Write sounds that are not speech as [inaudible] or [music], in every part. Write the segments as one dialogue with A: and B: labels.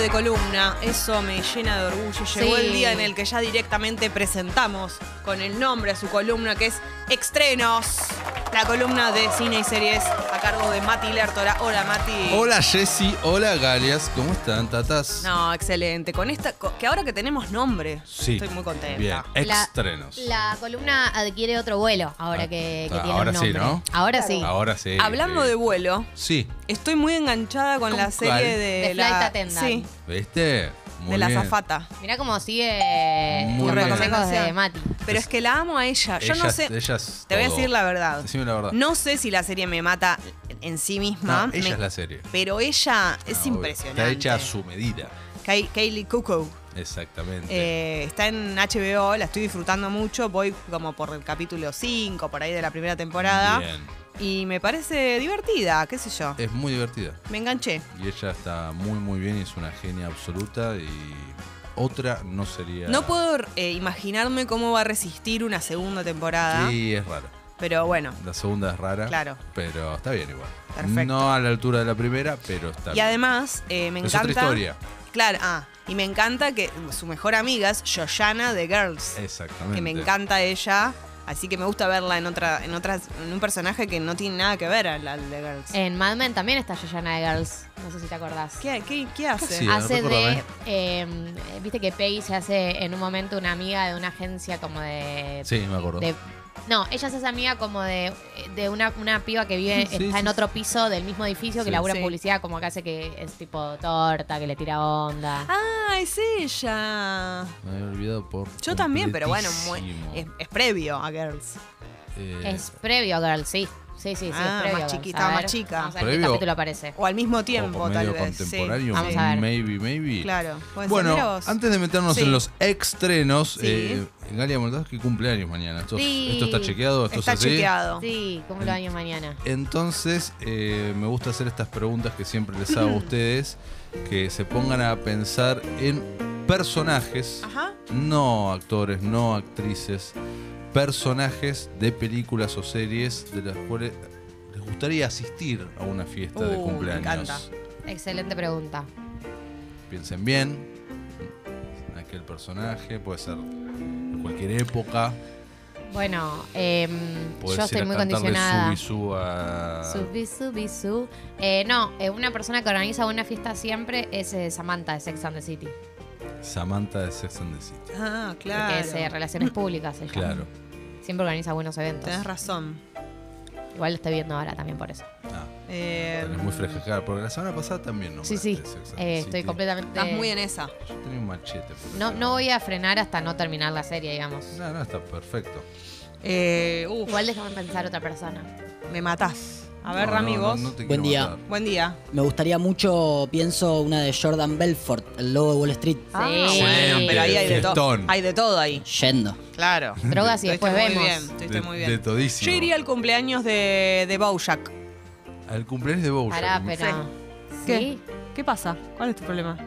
A: de columna, eso me llena de orgullo. Llegó
B: Sí.
A: el día en el que ya directamente presentamos con el nombre a su columna que es Extrenos, la columna de cine y series a cargo de Mati Lertora. Hola Mati.
C: Hola Jessy, hola Galias, ¿cómo están, tatas?
A: No, excelente. Con esta, co- que ahora que tenemos nombre,
C: Sí.
A: estoy muy contenta.
C: Bien,
B: La-
C: extrenos.
B: La columna adquiere otro vuelo ahora que, que
C: Ah,
B: tiene
C: ahora
B: un
C: sí,
B: nombre.
C: ¿no?
B: Ahora sí.
C: Ahora sí.
A: Hablando
C: sí.
A: de vuelo,
C: Sí,
A: estoy muy enganchada con la
C: Eh, ¿Con
A: serie
C: cuál?
A: de,
B: De
A: la
B: Flight Attendant.
A: Sí,
C: ¿viste? Muy
A: de la
C: bien.
A: zafata.
B: Mirá cómo sigue
C: Muy
B: los
C: bien.
B: consejos de Mati.
A: Pero es que la amo a ella. Yo
C: Ella-
A: no sé.
C: ella es
A: Te voy a
C: todo.
A: decir la verdad.
C: Decime la verdad.
A: No sé si la serie me mata en sí misma.
C: No, ella
A: Me-
C: es la serie.
A: Pero ella es
C: Ah, obvio.
A: impresionante.
C: Está hecha a su medida.
A: Kay- Kaylee Cuoco.
C: Exactamente.
A: Eh, está en HBO, la estoy disfrutando mucho. Voy como por el capítulo 5, por ahí de la primera temporada.
C: Bien. Eh,
A: Y me parece divertida, qué sé yo.
C: Es muy divertida.
A: Me enganché.
C: Y ella está muy, muy bien. Es una genia absoluta. Y otra no sería.
A: No puedo eh, imaginarme cómo va a resistir una segunda temporada.
C: Sí, es rara.
A: Pero bueno.
C: La segunda es rara.
A: Claro.
C: Pero está bien igual.
A: Perfecto.
C: No a la altura de la primera, pero está
A: Y
C: bien.
A: además, eh, me
C: Es
A: encanta.
C: otra historia.
A: Claro, ah. Y me encanta que su mejor amiga es Shoshana de Girls.
C: Exactamente.
A: que me encanta ella. Así que me gusta verla en otra, en otras, en un personaje que no tiene nada que ver al, al de Girls.
B: En Mad Men también está Yoyana de Girls. No sé si te acordás.
A: ¿Qué, qué, qué hace?
C: Sí,
B: hace de.
C: recuérdame.
B: eh, Viste que Peggy se hace en un momento una amiga de una agencia como de.
C: Sí, me acuerdo.
B: de- no, ella se hace amiga como de, de una, una piba que vive,
C: Sí, sí,
B: está en
C: sí.
B: otro piso del mismo edificio, que
C: Sí.
B: labura
A: Sí.
B: en publicidad, como que hace que es tipo torta, que le tira onda.
A: Ah, es ella.
C: Me había olvidado por.
A: Yo también, pero bueno, mu-
C: completísimo.
A: es, es previo a Girls.
C: Eh,
B: Es previo, girl, sí. Sí, sí, sí,
A: Ah,
B: es previo.
A: más
B: Girls.
A: chiquita,
B: A ver,
A: más chica.
B: Vamos a ver en qué
C: Previo.
B: capítulo aparece.
A: O al mismo tiempo,
C: como
A: tal
C: medio
A: vez. sí.
C: contemporáneo,
B: Vamos a ver.
C: maybe, maybe.
A: Claro. Puede ser. Mira
C: Bueno,
A: vos.
C: antes de meternos
A: Sí.
C: en los estrenos,
A: Sí.
C: eh, Galia Moldavsky cumpleaños mañana. Esto, es-
B: Sí.
C: esto está chequeado, esto
A: Está
C: es así.
A: chequeado.
B: Sí, cumplo años mañana.
C: Entonces, eh, me gusta hacer estas preguntas que siempre les
A: [laughs]
C: hago a ustedes, que se pongan a pensar en personajes,
A: Ajá.
C: no actores, no actrices, personajes de películas o series de las cuales les gustaría asistir a una fiesta de
A: Uh, me
C: cumpleaños.
A: encanta.
B: Excelente pregunta.
C: Piensen bien, aquel personaje puede ser de cualquier época,
B: Bueno, em,
C: puede
B: yo
C: ser
B: estoy muy
C: cantarle
B: condicionada.
C: su y su a...
B: Subi, subi, su. Eh, no, eh, una persona que organiza una fiesta siempre es eh, Samantha de Sex and the City.
C: Samantha de Sex and the City.
A: Ah,
B: Que
A: claro.
B: es
A: [laughs]
B: eh, Relaciones Públicas. ella.
C: Claro.
B: Siempre organiza buenos eventos.
A: Tenés razón.
B: Igual lo estoy viendo ahora también por eso.
C: Ah.
A: Eh,
C: Tenés muy fresca, claro, porque la semana pasada también no.
B: Sí, sí.
C: Sex and
B: eh,
C: the
B: estoy
C: City.
B: completamente.
A: estás muy en esa.
C: Yo tenía un machete. por
B: No,
C: acá.
B: no voy a frenar hasta no terminar la serie, digamos.
C: No, no, está perfecto.
A: Eh, uf,
B: Igual déjame pensar otra persona.
A: me matás. A ver,
C: No, no,
A: Rami,
C: no,
A: vos.
C: no te
D: Buen
C: quiero
D: día.
C: matar.
A: Buen día.
D: Me gustaría mucho, pienso, una de Jordan Belfort, el lobo de Wall Street.
A: Ah,
B: Sí.
A: bueno, pero ahí hay de todo.
C: Fiestón.
A: Hay de todo ahí.
D: Yendo.
A: Claro.
B: Drogas y después
A: Estuviste
B: vemos.
A: Muy bien, estuviste
C: De-
A: muy
C: De
A: bien.
C: todísimo.
A: Yo iría al cumpleaños de, de Bojack.
C: Al cumpleaños de Bowser.
B: Pará, pero.
A: ¿Qué?
B: ¿Sí?
A: ¿Qué pasa? ¿Cuál es tu problema?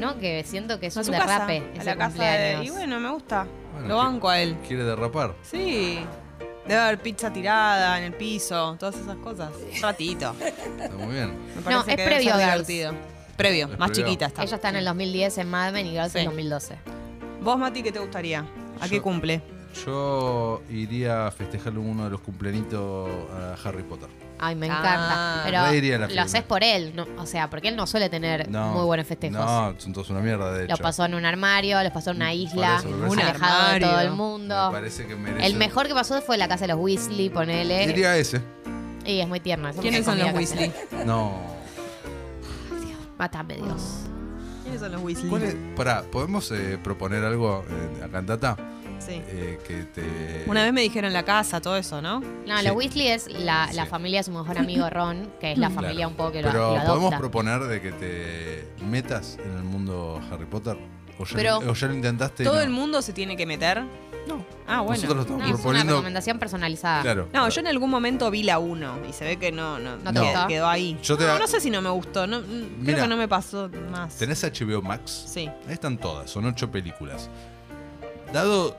B: No, que siento que es
A: A
B: un
A: su casa,
B: derrape
A: a
B: ese
A: la casa de-
B: cumpleaños.
A: Y bueno, me gusta.
C: Bueno,
A: Lo
C: ¿qué?
A: banco a él.
C: ¿Quiere derrapar?
A: Sí. Debe haber pizza tirada en el piso, todas esas cosas. Un ratito.
B: [laughs]
C: Está muy bien.
A: Me parece
B: es
A: que debe
B: previo
A: ser
B: a Girls.
A: divertido. Previo,
C: Es
A: más
C: previo.
A: chiquita está.
B: Ella está en el 2010 en Mad Men y Girls
A: Sí.
B: en 2012.
A: Vos, Mati, ¿qué te gustaría? ¿A qué
C: Yo-
A: cumple?
C: Yo iría a festejarle uno de los cumpleañitos a Harry Potter.
B: Ay, me
A: Ah.
B: encanta. Pero
C: Re iría a la
B: lo
C: fiesta.
B: haces por él, no- o sea, porque él no suele tener
C: No,
B: muy buenos festejos.
C: No, son todos una mierda, de hecho.
B: Los pasó en un armario, los pasó en una
C: Por
B: isla,
C: eso, por
B: alejado
C: eso.
B: de
A: Un
B: todo
A: armario.
B: el
C: Me
B: mundo.
C: parece que merece.
B: El mejor que pasó fue la casa de los Weasley, ponele.
C: Iría a ese.
B: Y es muy tierno. es
A: ¿Quiénes
B: mucha
A: son los
B: comida casera.
A: Weasley?
C: No.
B: Mátame, Dios.
A: ¿Quiénes son los Weasley?
C: ¿Cuál es? Pará, ¿podemos eh, proponer algo eh, a Cantata?
A: Sí.
C: Eh, que te...
A: Una vez me dijeron la casa, todo eso, ¿no?
B: No,
C: Sí.
B: los Weasley es la, la
C: Sí.
B: familia de su mejor amigo Ron, que es la
C: Claro.
B: familia un poco que lo,
C: Pero
B: lo adopta.
C: podemos proponer de que te metas en el mundo Harry Potter. O ya,
A: Pero-
C: o ya lo intentaste. y
A: ¿Todo
C: este, no.
A: el mundo se tiene que meter?
C: No.
A: Ah, bueno.
C: Nosotros lo estamos
B: No, es una
C: proponiendo.
B: recomendación personalizada.
C: Claro.
A: No, yo en algún momento vi la 1 y se ve que no, no,
B: ¿No
C: te
A: que-
B: gustó?
A: quedó ahí.
C: Yo te-
A: no, no sé si no me gustó. No, mm, creo
C: Mira.
A: que no me pasó más.
C: ¿Tenés HBO Max?
A: Sí.
C: Ahí están todas, son ocho películas. Dado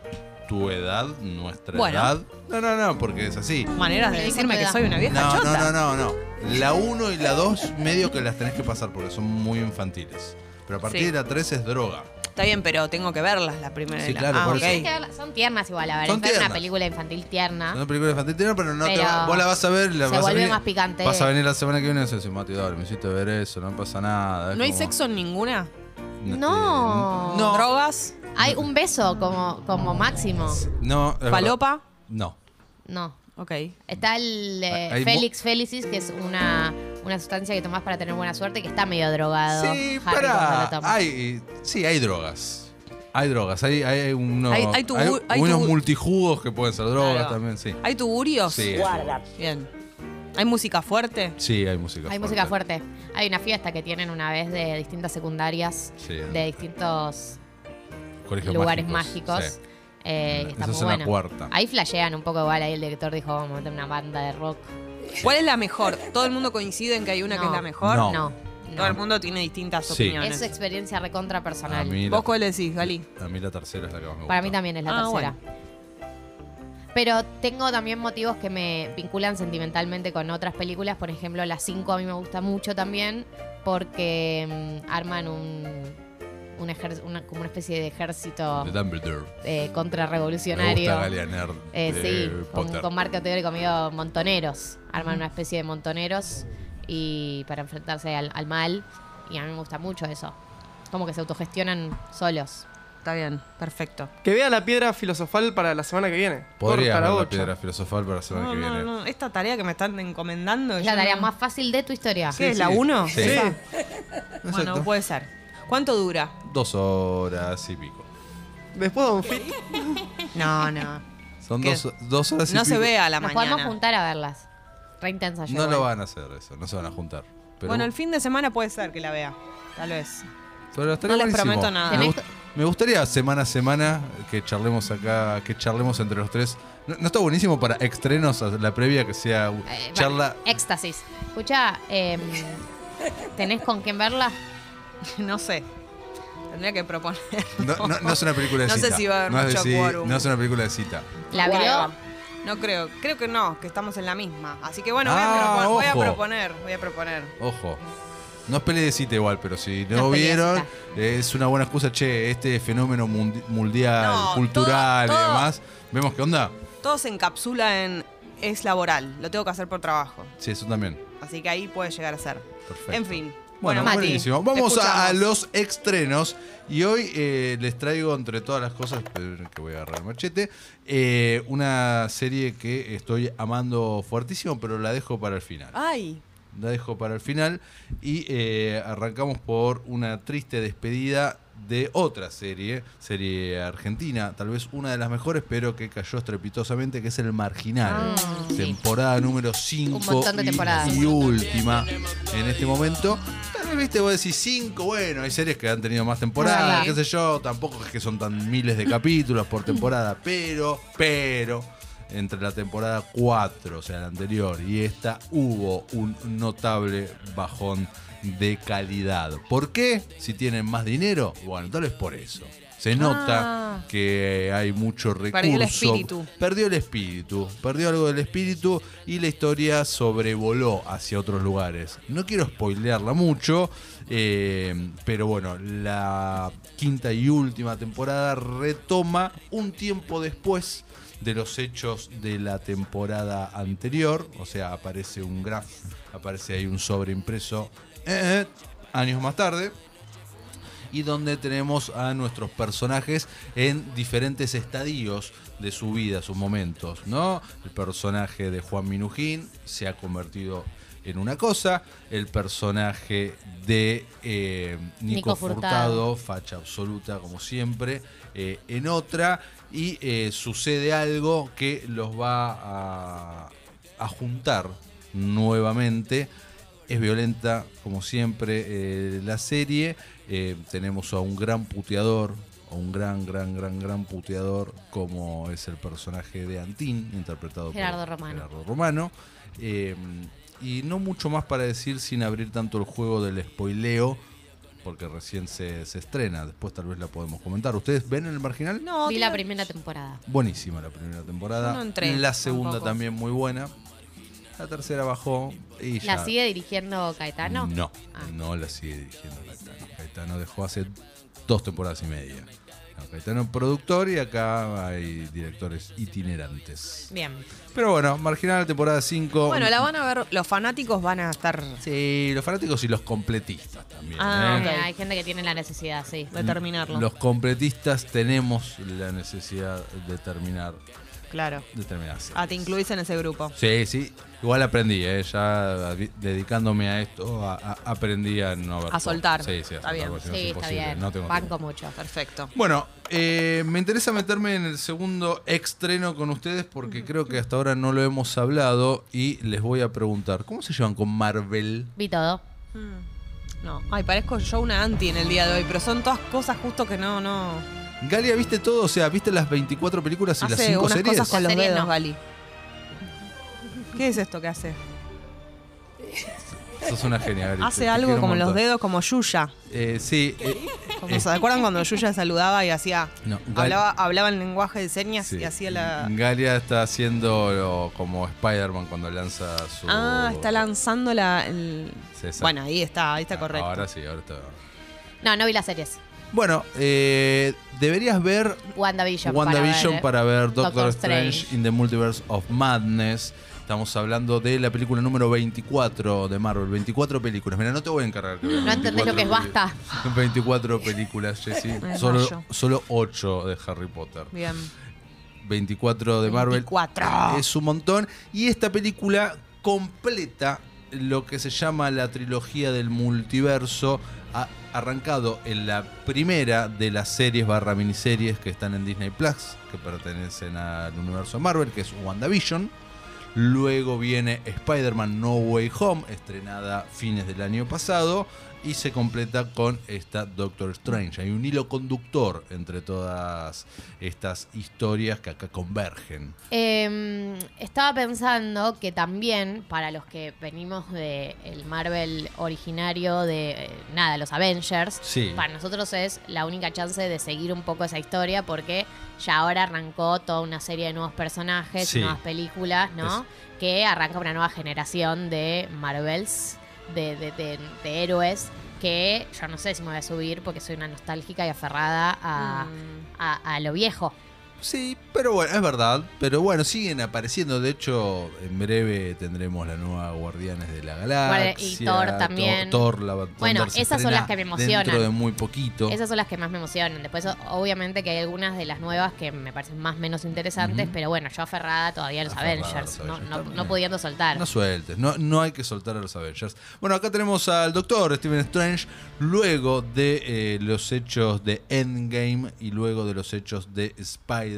C: tu edad, nuestra
A: Bueno.
C: edad. No, no, no, porque es así.
A: Maneras de
B: Me
A: decirme que
B: dijo
A: soy una vieja
C: No,
A: chota.
C: no, no, no, no. La 1 y la 2 medio que las tenés que pasar porque son muy infantiles. Pero a partir
A: Sí.
C: de la 3 es droga.
A: Está bien, pero tengo que verlas la primera.
C: Sí,
A: la-
C: claro,
A: ah,
C: por
A: ok.
C: eso.
B: Hay que verla- Son tiernas igual, a ver.
C: Son
B: es ver una
C: tiernas.
B: película infantil
A: Ah.
C: Es
B: tierna.
C: una película infantil, tierna, pero no te
B: Pero
C: va- vos la vas a ver y la
B: se
C: vas a
B: vuelve
C: venir-
B: más picante.
C: Vas a venir la semana que viene y vas a decir, Mati, dale, me hiciste ver eso, no pasa nada. es
A: ¿No hay
C: como-
A: sexo en ninguna?
B: No.
C: No.
A: ¿Drogas?
B: Hay un beso como, como máximo.
C: No. es verdad.
A: ¿Palopa?
C: No.
B: No.
A: Ok.
B: Está el eh,
C: Ah, Hay mu-
B: Félix Felicis, que es una, una sustancia que tomás para tener buena suerte, que está medio drogado.
C: Sí,
B: Harry cuando lo
C: pará.
B: toma.
C: Hay, sí, hay drogas. Hay drogas. Hay, hay, unos,
A: Hay- hay tu- hay
C: unos
A: tu-
C: multijugos que pueden ser drogas
A: Claro.
C: también, sí.
A: ¿Hay tuburios?
C: Sí, hay
E: Guarda.
C: drogas.
A: Bien. ¿Hay música fuerte?
C: Sí, hay música
B: Hay
C: fuerte.
B: música fuerte. Hay una fiesta que tienen una vez de distintas secundarias,
C: Sí.
B: de distintos
C: Colegios
B: lugares
C: mágicos,
B: mágicos.
C: sí.
B: eh, y está
C: Esa
B: muy
C: es en
B: buena.
C: la cuarta.
B: Ahí flashean un poco igual, ahí el director dijo, vamos a meter una banda de rock.
A: ¿Cuál es la mejor? ¿Todo el mundo coincide en que hay una que
B: No.
A: es la mejor?
C: No.
B: No.
A: Todo el
B: no.
A: mundo tiene distintas
C: Sí.
A: opiniones.
B: Es su experiencia recontra
C: A
B: personal.
C: mí, la,
A: ¿Vos cuál decís, Gali?
C: a mí la tercera es la que más me gusta.
B: Para mí también es la
A: Ah,
B: tercera. Pero tengo también motivos que me vinculan sentimentalmente con otras películas. Por ejemplo, las 5 a mí me gusta mucho también porque mm, arman un, un ejer- una, como una especie de ejército
C: De Dumbledore.
B: eh,
C: Me gusta
B: contrarrevolucionario.
C: Galia Nerd.
B: Eh,
C: de
B: sí, con,
C: Potter.
B: con Marco Teórico medio montoneros. Arman una especie de montoneros y para enfrentarse al, al mal. Y a mí me gusta mucho eso. Como que se autogestionan solos.
A: Está bien, perfecto.
F: Que vea la piedra filosofal para la semana que viene.
C: Podría
F: Corta la
C: haber la
F: bocha.
C: piedra filosofal para la semana
A: No,
C: que
A: no,
C: viene.
A: no. Esta tarea que me están encomendando.
B: Es
A: yo
B: la tarea
A: no-
B: más fácil de tu historia.
A: ¿Qué es
C: Sí,
A: la
C: sí.
A: 1?
C: Sí.
A: Bueno, puede ser. ¿Cuánto dura?
C: Dos horas y pico.
F: Después Don Fit.
A: No, [laughs] no.
C: Son
A: ¿Qué?
C: dos, dos horas y
A: No
C: pico.
A: se ve a la
B: Nos
A: mañana.
B: podemos juntar a verlas. Re intensa yo.
C: No lo
B: igual.
C: van a hacer eso, no se van a juntar. Pero,
A: bueno, el fin de semana puede ser que la vea. Tal vez. [laughs]
C: pero estaría
A: no les
C: buenísimo.
A: prometo nada.
C: Me,
B: Tenés-
C: gust- me gustaría semana a semana que charlemos acá, que charlemos entre los tres. No, no está buenísimo para estrenos a la previa que sea u-
B: Eh, va,
C: charla.
B: Éxtasis. Escucha, ¿tenés con quién verla?
A: No sé. Tendría que proponer.
C: No, no- no es una película de
A: [laughs] No sé
C: cita.
A: si va a haber
C: no, es
A: mucho
C: de ci-
A: quórum.
C: no es una película de cita.
B: ¿La vio?
E: Guarda.
A: No creo. Creo que no, que estamos en la misma. Así que bueno, voy,
C: Ah,
A: a, propo- voy a
C: ojo.
A: proponer. Voy a proponer.
C: Ojo. No es pelea de cita igual, pero si no,
B: No es pelea de
C: vieron, es una buena excusa, che, este fenómeno mundi- mundial,
A: No,
C: cultural
A: todo-
C: y
A: todo-
C: demás. Vemos qué onda.
A: Todo se encapsula en. Es laboral. Lo tengo que hacer por trabajo.
C: Sí, eso también.
A: Así que ahí puede llegar a ser.
C: Perfecto.
A: En fin.
C: Bueno,
B: Mati,
C: buenísimo.
A: te
C: Vamos a, a
A: escuchamos.
C: los estrenos. Y hoy eh, les traigo, entre todas las cosas, esperen que voy a agarrar el machete, eh, una serie que estoy amando fuertísimo, pero la dejo para el final.
A: Ay,
C: La dejo para el final. Y eh, arrancamos por una triste despedida de otra serie, serie argentina, tal vez una de las mejores, pero que cayó estrepitosamente, que es El
B: Ah,
C: Marginal.
B: sí.
C: Temporada número 5
B: Un montón de temporadas.
C: y última en este momento. Tal vez, viste, vos decís 5, bueno, hay series que han tenido más temporadas,
A: Ah.
C: qué sé yo, tampoco es que son tan miles de capítulos por temporada, pero, pero, entre la temporada 4, o sea, la anterior, y esta, hubo un notable bajón de calidad. ¿Por qué? Si tienen más dinero, bueno, tal vez por eso. Se nota
A: Ah.
C: que hay mucho recurso.
A: Perdió el espíritu.
C: Perdió el espíritu, perdió algo del espíritu y la historia sobrevoló hacia otros lugares. No quiero spoilearla mucho, eh, pero bueno, la quinta y última temporada retoma un tiempo después de los hechos de la temporada anterior, o sea, aparece un graph, aparece ahí un sobreimpreso eh, eh, años más tarde y donde tenemos a nuestros personajes en diferentes estadios de su vida, sus momentos, ¿no? El personaje de Juan Minujín se ha convertido en una cosa, el personaje de eh, Nico,
B: Nico Furtado.
C: Furtado, facha absoluta como siempre, eh, en otra, y eh, sucede algo que los va a, a juntar nuevamente es violenta, como siempre, eh, la serie. Eh, tenemos a un gran puteador, a un gran, gran, gran, gran puteador, como es el personaje de Antín, interpretado
B: Gerardo
C: por
B: Romano.
C: Gerardo Romano. Eh, y no mucho más para decir sin abrir tanto el juego del spoileo, porque recién se, se estrena. Después tal vez la podemos comentar. ¿Ustedes ven en el marginal?
A: no.
B: Vi la
A: tío.
B: primera temporada.
C: Buenísima la primera temporada.
A: Yo no entré,
C: la segunda
A: tampoco.
C: también muy buena. La tercera bajó y ya.
B: ¿La sigue dirigiendo Caetano?
C: No,
B: Ah.
C: no la sigue dirigiendo Gaetano. Caetano dejó hace dos temporadas y media. No, Caetano es productor y acá hay directores itinerantes.
B: Bien.
C: Pero bueno, Marginal temporada 5.
A: Bueno, la van a ver, los fanáticos van a estar
C: Sí, los fanáticos y los completistas también.
A: Ah,
C: ¿eh?
A: ok.
B: Hay gente que tiene la necesidad, sí.
A: de terminarlo.
C: Los completistas tenemos la necesidad de terminar,
A: Claro.
C: de terminar series.
A: Ah, te incluís en ese grupo.
C: Sí, sí. Igual aprendí, ¿eh? ya vi- dedicándome a esto, a- a- aprendí a no ver
A: A soltar.
C: Sí, sí, a
A: Está
C: soltar,
A: bien.
C: porque si no es
B: Sí, está
C: imposible,
B: bien.
C: no tengo tiempo.
B: Banco mucho.
A: Perfecto.
C: Bueno, eh, me interesa meterme en el segundo estreno con ustedes porque creo que hasta ahora no lo hemos hablado y les voy a preguntar, ¿cómo se llevan con Marvel?
B: Vi todo.
A: No, ay, parezco yo una anti en el día de hoy, pero son todas cosas justo que no, no.
C: Galia, ¿viste todo? O sea, ¿viste las 24 películas y las
A: Hace
C: 5
A: unas
C: series?
A: cosas con los
B: Series
A: dedos,
B: no.
A: Gali. ¿Qué es esto que hace?
C: Este, Sos una genial.
A: Hace algo como los dedos, como Yuya.
C: sí. eh,
A: Como,
C: eh,
A: ¿Se acuerdan cuando Yuya saludaba y hacía.
C: no, Gal-
A: Hablaba, hablaba en lenguaje de señas
C: sí.
A: y hacía la.
C: Galia está haciendo lo- como Spider-Man cuando lanza su.
A: Ah, está lanzando la. el-
C: Sí, exacto.
A: Bueno, ahí está, ahí está correcto.
C: Ah, Ahora sí, ahora está.
B: No, no vi las series.
C: Bueno, eh, deberías ver
B: WandaVision.
C: WandaVision para ver,
B: eh.
C: Doctor,
B: Doctor
C: Strange.
B: Strange.
C: in the Multiverse of Madness. Estamos hablando de la película número 24 de Marvel. 24 películas. Mira, no te voy a encargar. que veas
B: No entendés
C: 24
B: lo que es
C: peli-
B: basta.
C: [laughs] 24 películas, Jessy.
A: Me rayo.
C: Solo, solo 8 de Harry Potter.
A: Bien.
C: 24 de Marvel.
A: 24.
C: Es un montón. Y esta película completa lo que se llama la trilogía del multiverso, ha arrancado en la primera de las series barra miniseries que están en Disney Plus, que pertenecen al universo de Marvel, que es WandaVision. Luego viene Spider-Man No Way Home, estrenada fines del año pasado, y se completa con esta Doctor Strange. Hay un hilo conductor entre todas estas historias que acá convergen.
B: Eh, estaba pensando que también para los que venimos de el Marvel originario de eh, nada, los Avengers,
C: Sí.
B: para nosotros es la única chance de seguir un poco esa historia porque ya ahora arrancó toda una serie de nuevos personajes,
C: Sí.
B: nuevas películas, ¿no?
C: Es-
B: Que arranca una nueva generación de Marvels, de, de- de- de héroes, que yo no sé si me voy a subir porque soy una nostálgica y aferrada a, a- a lo viejo.
C: Sí, pero bueno, es verdad. Pero bueno, siguen apareciendo. De hecho, en breve tendremos la nueva Guardianes de la Galaxia.
B: y Thor
C: To-
B: también.
C: Thor, la Thunder
B: Bueno,
C: se
B: esas son
C: estrena
B: las que me emocionan.
C: Dentro de muy poquito.
B: Esas son las que más me emocionan. Después, o- obviamente, que hay algunas de las nuevas que me parecen más menos interesantes,
C: Ujú.
B: pero bueno, yo aferrada todavía a los
C: Aferrada a los
B: Avengers, no,
C: Avengers,
B: no-
C: también.
B: no pudiendo soltar.
C: No sueltes, no, no hay que soltar a los Avengers. Bueno, acá tenemos al doctor Stephen Strange, luego de eh, los hechos de Endgame y luego de los hechos de Spider-Man,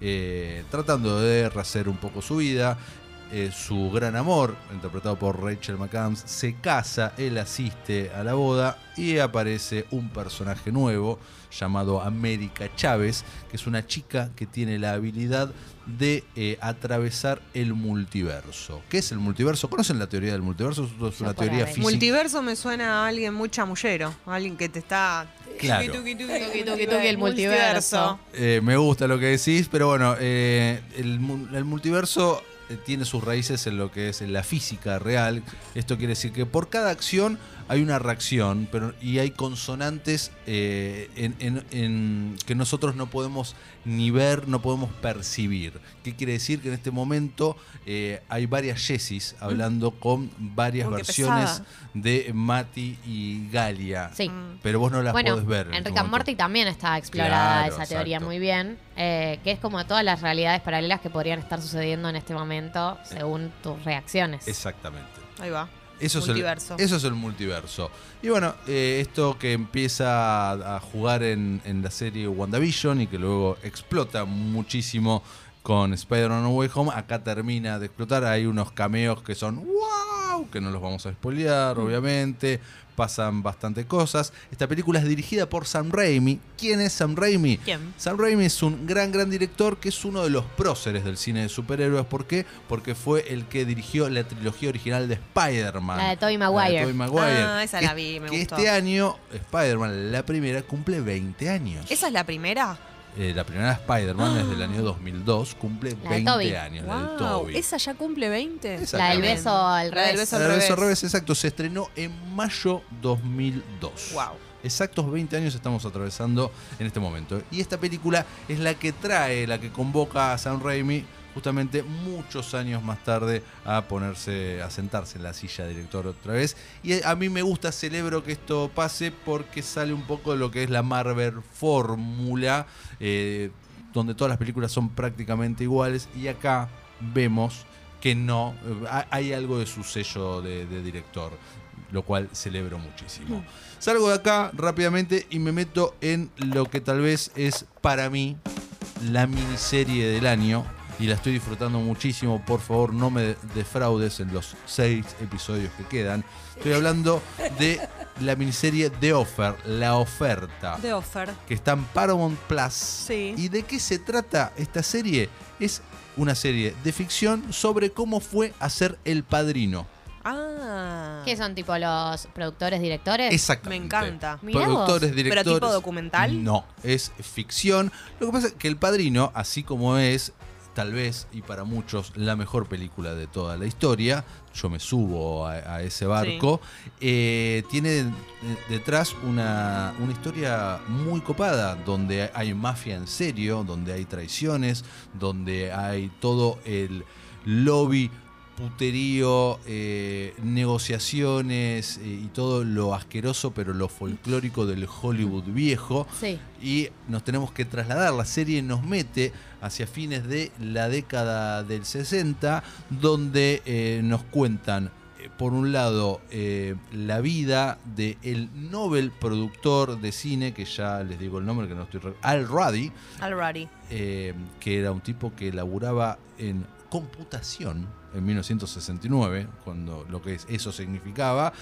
C: eh, tratando de rehacer un poco su vida. Eh, su gran amor, interpretado por Rachel McAdams, se casa, él asiste a la boda y aparece un personaje nuevo llamado América Chávez, que es una chica que tiene la habilidad de eh, atravesar el multiverso. ¿Qué es el multiverso? ¿Conocen la teoría del multiverso? Es una
B: Yo por
C: teoría
B: ahí.
C: física.
A: Multiverso me suena a alguien muy chamullero, a alguien que te está.
C: Claro.
A: Tuki, tuki, tuki,
B: Tuki, tuki, tuki, el multiverso.
C: Eh, me gusta lo que decís, pero bueno, eh, el, mu- el multiverso eh, tiene sus raíces en lo que es en la física real. Esto quiere decir que por cada acción hay una reacción pero, y hay consonantes eh, en- en- en que nosotros no podemos ni ver, no podemos percibir. ¿Qué quiere decir? Que en este momento eh, hay varias Jessis hablando con varias
A: Uy, qué
C: versiones
A: pesada.
C: de Mati y Galia.
B: Sí.
A: Mm.
C: Pero vos no las
B: Bueno,
C: podés ver. en
B: en
C: este
B: Rick and
C: momento.
B: Morty también está explorada
C: Claro,
B: esa teoría
C: exacto.
B: muy bien, eh, que es como todas las realidades paralelas que podrían estar sucediendo en este momento según tus reacciones.
C: Exactamente.
A: Ahí va.
C: Eso es, el,
A: Multiverso.
C: eso es el multiverso. Y bueno, eh, esto que empieza a, a jugar en, en la serie WandaVision y que luego explota muchísimo con Spider-Man No Way Home, acá termina de explotar. Hay unos cameos que son wow, que no los vamos a spoilear, obviamente. Pasan bastante cosas. Esta película es dirigida por Sam Raimi. ¿Quién es Sam Raimi?
A: ¿Quién?
C: Sam Raimi es un gran, gran director que es uno de los próceres del cine de superhéroes. ¿Por qué? Porque fue el que dirigió la trilogía original de Spider-Man.
B: La de Tobey
C: La de
B: Maguire.
C: Tobey Maguire.
A: Ah, esa
C: Que-
A: la vi, me
C: que
A: gustó.
C: este año, Spider-Man, la primera, cumple 20 años.
A: ¿Esa es la primera?
C: Eh, la primera Spider-Man desde el año 2002 cumple
B: de
C: 20
B: Tobey.
C: años. La de
A: Wow,
C: Tobey.
A: ¿Esa ya cumple 20?
B: La del
C: Exactamente.
B: beso al
A: La del
B: revés.
A: beso
C: La
A: al
C: de
A: revés.
C: Beso al revés, exacto. Se estrenó en mayo 2002.
A: Wow.
C: exactos 20 años estamos atravesando en este momento. Y esta película es la que trae, la que convoca a Sam Raimi justamente muchos años más tarde a ponerse, a sentarse en la silla de director otra vez. Y a mí me gusta, celebro que esto pase porque sale un poco de lo que es la Marvel fórmula, eh, donde todas las películas son prácticamente iguales y acá vemos que no, eh, ha- hay algo de su sello de, de director, lo cual celebro muchísimo. Salgo de acá rápidamente y me meto en lo que tal vez es para mí la miniserie del año. Y la estoy disfrutando muchísimo. Por favor, no me defraudes en los seis episodios que quedan. Estoy hablando de la miniserie The Offer, La Oferta,
A: De Offer.
C: que está en Paramount Plus.
A: Sí.
C: ¿Y de qué se trata esta serie? Es una serie de ficción sobre cómo fue hacer El Padrino.
A: Ah.
B: ¿Qué son tipo los productores, directores?
C: Exactamente.
A: Me encanta.
B: Mirá vos.
C: Productores,
A: ¿Pero
C: directores.
A: tipo documental?
C: No, es ficción. Lo que pasa es que El Padrino, así como es, tal vez y para muchos, la mejor película de toda la historia, yo me subo a, a ese barco, eh, tiene de- detrás una, una historia muy copada, donde hay mafia en serio, donde hay traiciones, donde hay todo el lobby puterío, eh, negociaciones eh, y todo lo asqueroso pero lo folclórico del Hollywood viejo
B: Sí.
C: y nos tenemos que trasladar. La serie nos mete hacia fines de la década del 60, donde eh, nos cuentan, eh, por un lado, eh, la vida del el Nobel productor de cine, que ya les digo el nombre, que no estoy... re- Al Ruddy,
A: Alrighty.
C: eh, que era un tipo que laburaba en computación en 1969, cuando lo que es- eso significaba,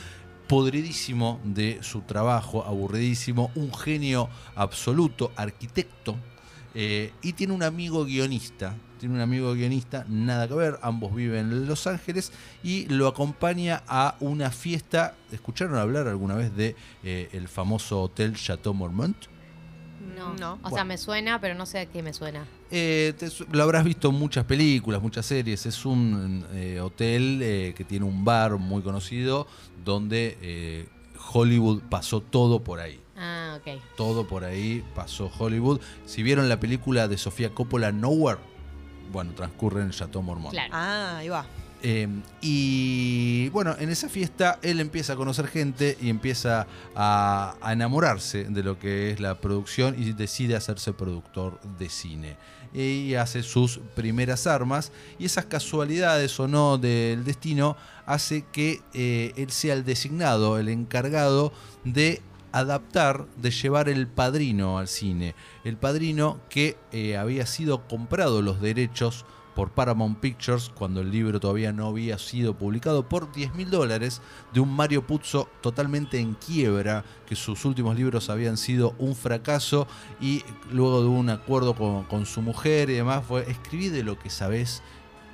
C: podridísimo de su trabajo, aburridísimo, un genio absoluto, arquitecto, eh, y tiene un amigo guionista, tiene un amigo guionista, nada que ver, ambos viven en Los Ángeles, y lo acompaña a una fiesta, ¿escucharon hablar alguna vez de eh, el famoso hotel Chateau Marmont?
B: No.
A: No.
B: O sea, me suena, pero no sé a qué me suena.
C: Eh, te su- lo habrás visto en muchas películas, muchas series. Es un eh, hotel eh, que tiene un bar muy conocido donde eh, Hollywood pasó todo por ahí.
B: Ah, ok.
C: Todo por ahí pasó Hollywood. Si vieron la película de Sofía Coppola, Nowhere, bueno, transcurre en el Chateau Mormont.
B: Claro.
A: Ah, ahí va.
C: Eh, y bueno, en esa fiesta él empieza a conocer gente y empieza a, a enamorarse de lo que es la producción y decide hacerse productor de cine. E, Y hace sus primeras armas y esas casualidades o no del destino hace que eh, él sea el designado, el encargado de adaptar, de llevar el padrino al cine. El padrino que eh, había sido comprado los derechos por Paramount Pictures cuando el libro todavía no había sido publicado por 10 mil dólares de un Mario Puzo totalmente en quiebra, que sus últimos libros habían sido un fracaso y luego de un acuerdo con, con su mujer y demás fue escribí de lo que sabés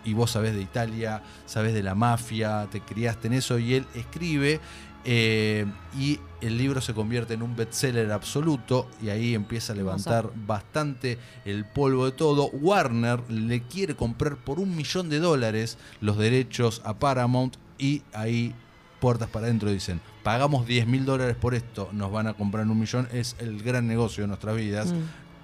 C: y vos sabés de Italia, sabés de la mafia, te criaste en eso y él escribe eh, y el libro se convierte en un bestseller absoluto y ahí empieza a
B: Hermoso.
C: levantar bastante el polvo de todo. Warner le quiere comprar por un millón de dólares los derechos a Paramount y ahí puertas para adentro dicen, pagamos 10 mil dólares por esto, nos van a comprar un millón, es el gran negocio de nuestras vidas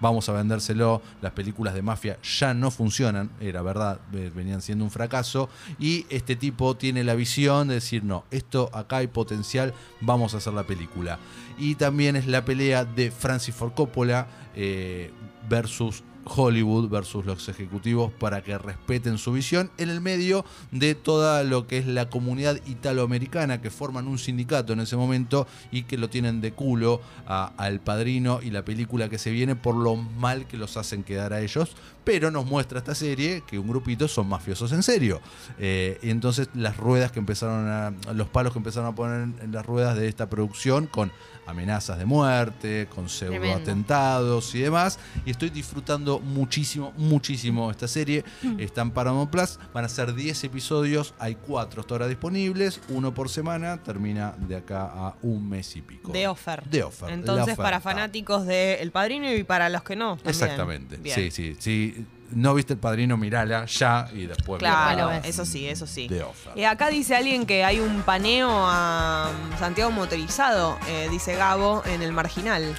C: vamos a vendérselo, las películas de mafia ya no funcionan, era verdad, ve- venían siendo un fracaso, y este tipo tiene la visión de decir, no, esto acá hay potencial, vamos a hacer la película. Y también es la pelea de Francis Ford Coppola eh, versus... Hollywood versus los ejecutivos para que respeten su visión en el medio de toda lo que es la comunidad italoamericana que forman un sindicato en ese momento y que lo tienen de culo a- al padrino y la película que se viene por lo mal que los hacen quedar a ellos. Pero nos muestra esta serie que un grupito son mafiosos en serio. Eh, y entonces las ruedas que empezaron a. los palos que empezaron a poner en las ruedas de esta producción con amenazas de muerte, con
B: Tremendo.
C: pseudoatentados y demás. Y estoy disfrutando muchísimo, muchísimo esta serie. Está en Paramount Plus. Van a ser 10 episodios. Hay 4 hasta ahora disponibles. Uno por semana. Termina de acá a un mes y pico.
A: De Offer.
C: De Offer. la
A: Entonces, para
C: oferta.
A: fanáticos de El Padrino y para los que no. también.
C: Exactamente.
A: Bien.
C: Sí, sí, sí. no viste el padrino, mirala ya y después
A: Claro,
C: mirala
A: eso sí, eso sí.
C: de Offer.
A: Eh, acá dice alguien que hay un paneo a mm, Santiago motorizado, eh, dice Gabo, en el marginal.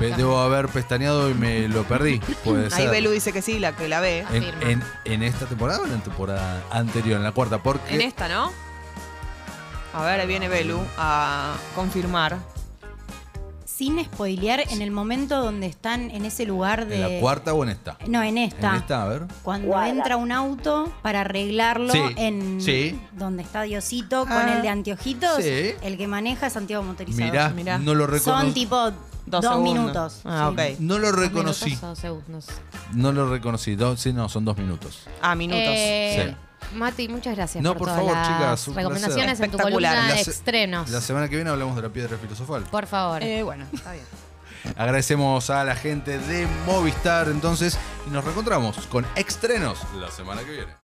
C: Pe- Debo haber pestañeado y me lo perdí. Puede
A: Ahí
C: ser.
A: Belu dice que sí, la que la ve.
C: en,
B: Afirma.
C: en- en esta temporada o en la temporada anterior, en la cuarta, porque
A: En esta, ¿no? A ver, ahí viene Belu a confirmar.
E: Sin spoilear, en el momento donde están en ese lugar de.
C: en la cuarta o en esta.
E: No, en esta.
C: En esta, a ver.
E: Cuando entra un auto para arreglarlo
C: Sí,
E: en
C: sí.
E: donde está Diosito con
C: Ah,
E: el de anteojitos,
C: sí.
E: el que maneja es Santiago Motorizado.
C: Mirá,
A: mirá.
C: no lo
E: Son
C: reconocí.
E: tipo dos,
A: segundos.
E: minutos.
A: Ah,
E: sí.
A: ok.
C: No lo
B: ¿Dos minutos
C: reconocí.
B: o segundos?
C: No lo reconocí. Dos- sí, no, son dos minutos.
A: Ah, minutos.
B: Eh, Mati, muchas gracias.
C: No,
B: por,
C: por
B: todas
C: favor,
B: las
C: chicas, un
B: Recomendaciones
A: placer.
B: en tu
A: Espectacular.
B: columna de
C: La se-
A: Ah.
B: estrenos.
C: La semana que viene hablamos de la piedra filosofal.
B: Por favor.
A: Eh, bueno, está bien.
C: Agradecemos a la gente de Movistar entonces y nos reencontramos con estrenos la semana que viene.